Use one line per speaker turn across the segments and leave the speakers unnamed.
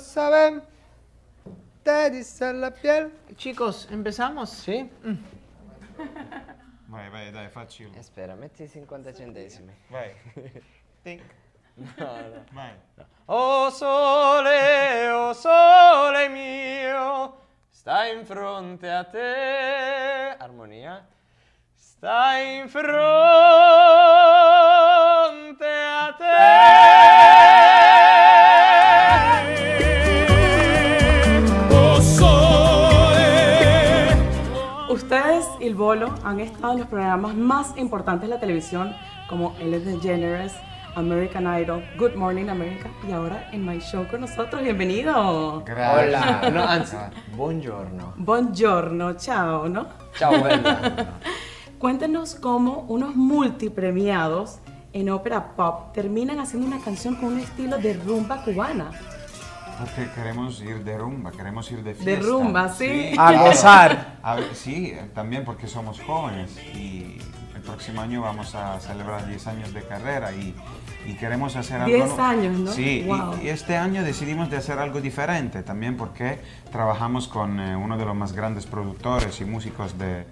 saber, te dice la piel.
Chicos, ¿empezamos?
Sì?
Mm.
Vai, vai, dai, facci uno.
Spera, metti 50 centesimi.
Vai. Tic. Vai.
Oh sole, oh sole mio, sta in fronte a te. Armonia. Sta in fronte a te. Oh sole.
Ustedes y el Bolo han estado en los programas más importantes de la televisión como Ellen DeGeneres, American Idol, Good Morning America y ahora en My Show con nosotros. Bienvenido.
Grazie.
No, anzi, buongiorno.
Buongiorno, chao, ¿no?
Ciao, buongiorno.
Cuéntenos cómo unos multipremiados en ópera pop terminan haciendo una canción con un estilo de rumba cubana.
Porque queremos ir de rumba, queremos ir de fiesta.
De rumba, sí.
A gozar.
A ver, sí, eh, también porque somos jóvenes y el próximo año vamos a celebrar 10 años de carrera y, y queremos hacer algo...
10
nu-
años, ¿no?
Sí, y-
Wow.
y este año decidimos de hacer algo diferente también porque trabajamos con eh, uno de los más grandes productores y músicos de,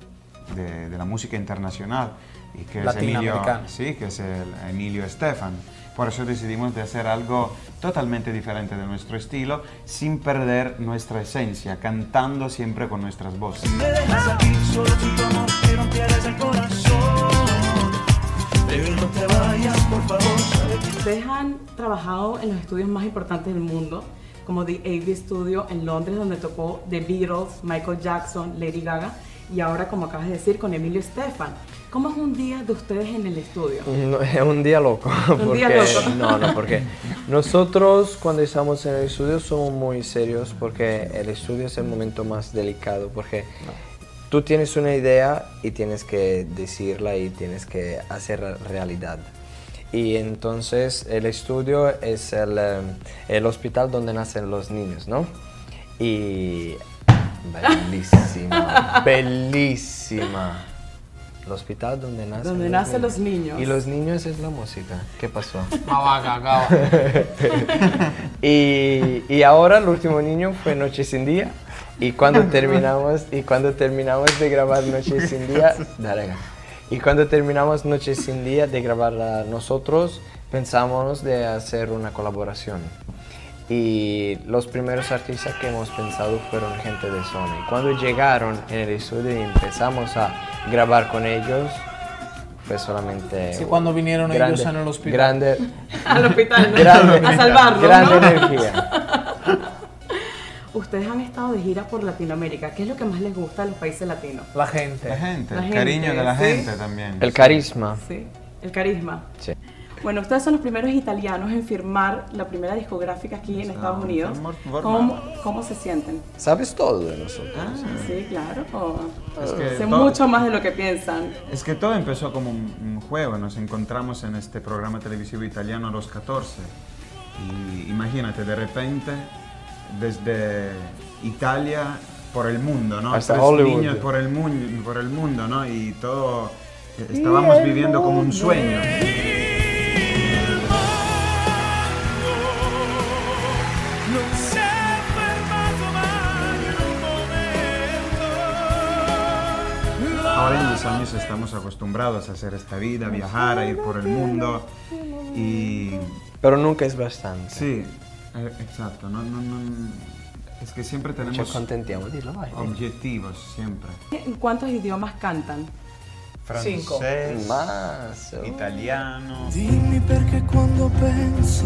de- de la música internacional y que es Emilio,
Latinoamericano.
sí, que es el Emilio Estefan. Por eso decidimos de hacer algo totalmente diferente de nuestro estilo, sin perder nuestra esencia, cantando siempre con nuestras voces.
Me dejas aquí, solo tu amor que no pierdas el corazón. Baby, no te vayas, por favor, sabe que
Ustedes han trabajado en los estudios más importantes del mundo, como The AV Studio en Londres, donde tocó The Beatles, Michael Jackson, Lady Gaga, y ahora, como acabas de decir, con Emilio Estefan. ¿Cómo es un día de ustedes en el estudio?
No, es un día loco.
Un día
porque-
loco.
No, no, porque nosotros cuando estamos en el estudio somos muy serios porque el estudio es el momento más delicado porque tú tienes una idea y tienes que decirla y tienes que hacer realidad. Y entonces el estudio es el, eh, el hospital donde nacen los niños, ¿no? Y... Bellísima, bellísima. El hospital donde nacen,
Donde
los,
nacen
niños.
los niños.
Y los niños es la música. ¿Qué pasó?
Ma va, cacao.
y, y ahora el último niño fue Noche sin Día. Y cuando terminamos, y cuando terminamos de grabar Noche sin Día, dale acá. Y cuando terminamos Noche sin Día de grabarla nosotros, pensamos de hacer una colaboración. Y los primeros artistas que hemos pensado fueron gente de Sony. Cuando llegaron en el estudio y empezamos a grabar con ellos, fue solamente...
Sí, cuando vinieron ellos en el hospital.
Grande,
Al hospital, ¿no?
Grande,
a salvarlo.
Grande
¿no?
energía.
Ustedes han estado de gira por Latinoamérica. ¿Qué es lo que más les gusta de los países latinos?
La
La
gente.
gente,
La
el
gente,
cariño de la
sí.
gente también.
El carisma.
Sí, el carisma.
Sí.
Bueno, ustedes son los primeros italianos en firmar la primera discográfica aquí
Ah,
en Estados Unidos.
estamos
¿Cómo, ¿Cómo se sienten?
Sabes todo de nosotros.
Ah.
Sí, claro.
Es que
sé
todo-
mucho más de lo que piensan.
Es que todo empezó como un, un juego. Nos encontramos en este programa televisivo italiano a los 14. Y imagínate, de repente, desde Italia por el mundo, ¿no?
Hasta
Tres
Hollywood.
niños por el, mu- por el mundo, ¿no? Y todo. eh, Estábamos viviendo como un sueño.
il mondo non si è fermato mai un momento.
Ahora en 10 años estamos acostumbrados a hacer esta vida, a viajar, a ir por el mundo. Y
Pero nunca es bastante.
sí, eh, exacto. No, no, no, es que siempre
Ci
tenemos
accontentiamo di là.
objetivos, siempre.
¿En cuántos idiomas cantan?
Cinco.
francés,
Más.
italiano.
Dimmi perché quando penso,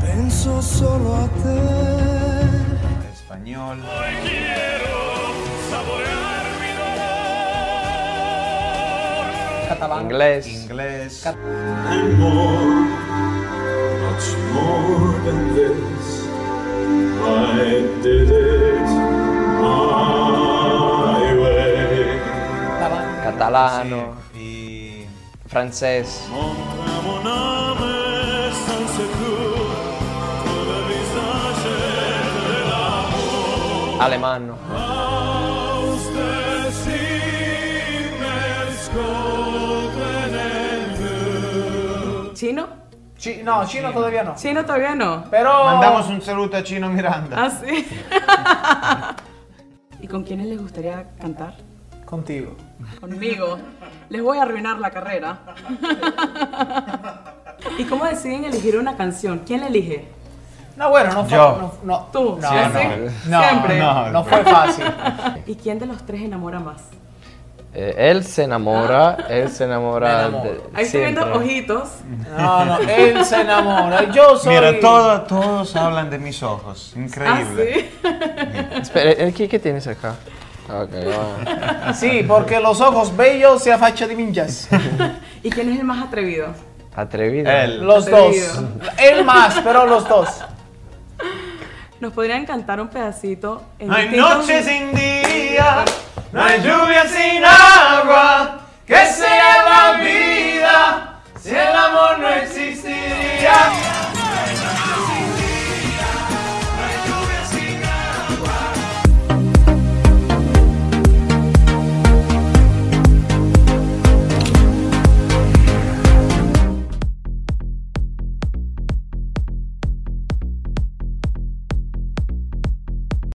penso solo a te.
español.
Catalán.
Inglés.
Inglés.
Catalán.
Catalano.
Sí, y
Francés. Alemán.
¿Chino?
Chi- no, chino todavía no.
Chino todavía no.
Pero.
Mandamos un saludo a Chino Miranda.
Ah, sí. ¿Y con quiénes les gustaría cantar?
Contigo.
Conmigo. Les voy a arruinar la carrera. ¿Y cómo deciden elegir una canción? ¿Quién la elige?
No, bueno, no fue.
Yo.
No, no.
Tú.
No,
¿Sí?
no, no,
Siempre.
no, no fue fácil.
¿Y quién de los tres enamora más?
Eh, él se enamora, él se enamora.
Me enamoro.
Ahí estoy viendo
siempre.
ojitos.
No, no, él se enamora. Yo soy.
Mira, todo- todos hablan de mis ojos. Increíble.
Ah,
Espera, ¿eh, ¿qué, qué tienes acá? Ok, bueno.
Sí, porque los ojos bellos se afachan de minchas.
sí. ¿Y quién es el más atrevido?
Atrevido.
Eh,
Él.
Los dos.
Atrevido.
Él más, pero los dos.
¿Nos podrían cantar un pedacito? En
No hay
distintos-
noche sin día, no hay lluvia sin agua, que sea la vida, si el amor no existiría.